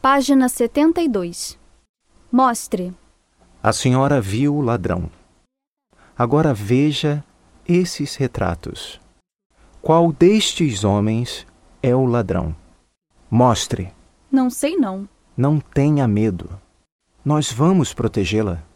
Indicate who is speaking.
Speaker 1: Página 72. Mostre.
Speaker 2: A senhora viu o ladrão. Agora veja esses retratos. Qual destes homens é o ladrão? Mostre.
Speaker 1: Não sei não.
Speaker 2: Não tenha medo. Nós vamos protegê-la.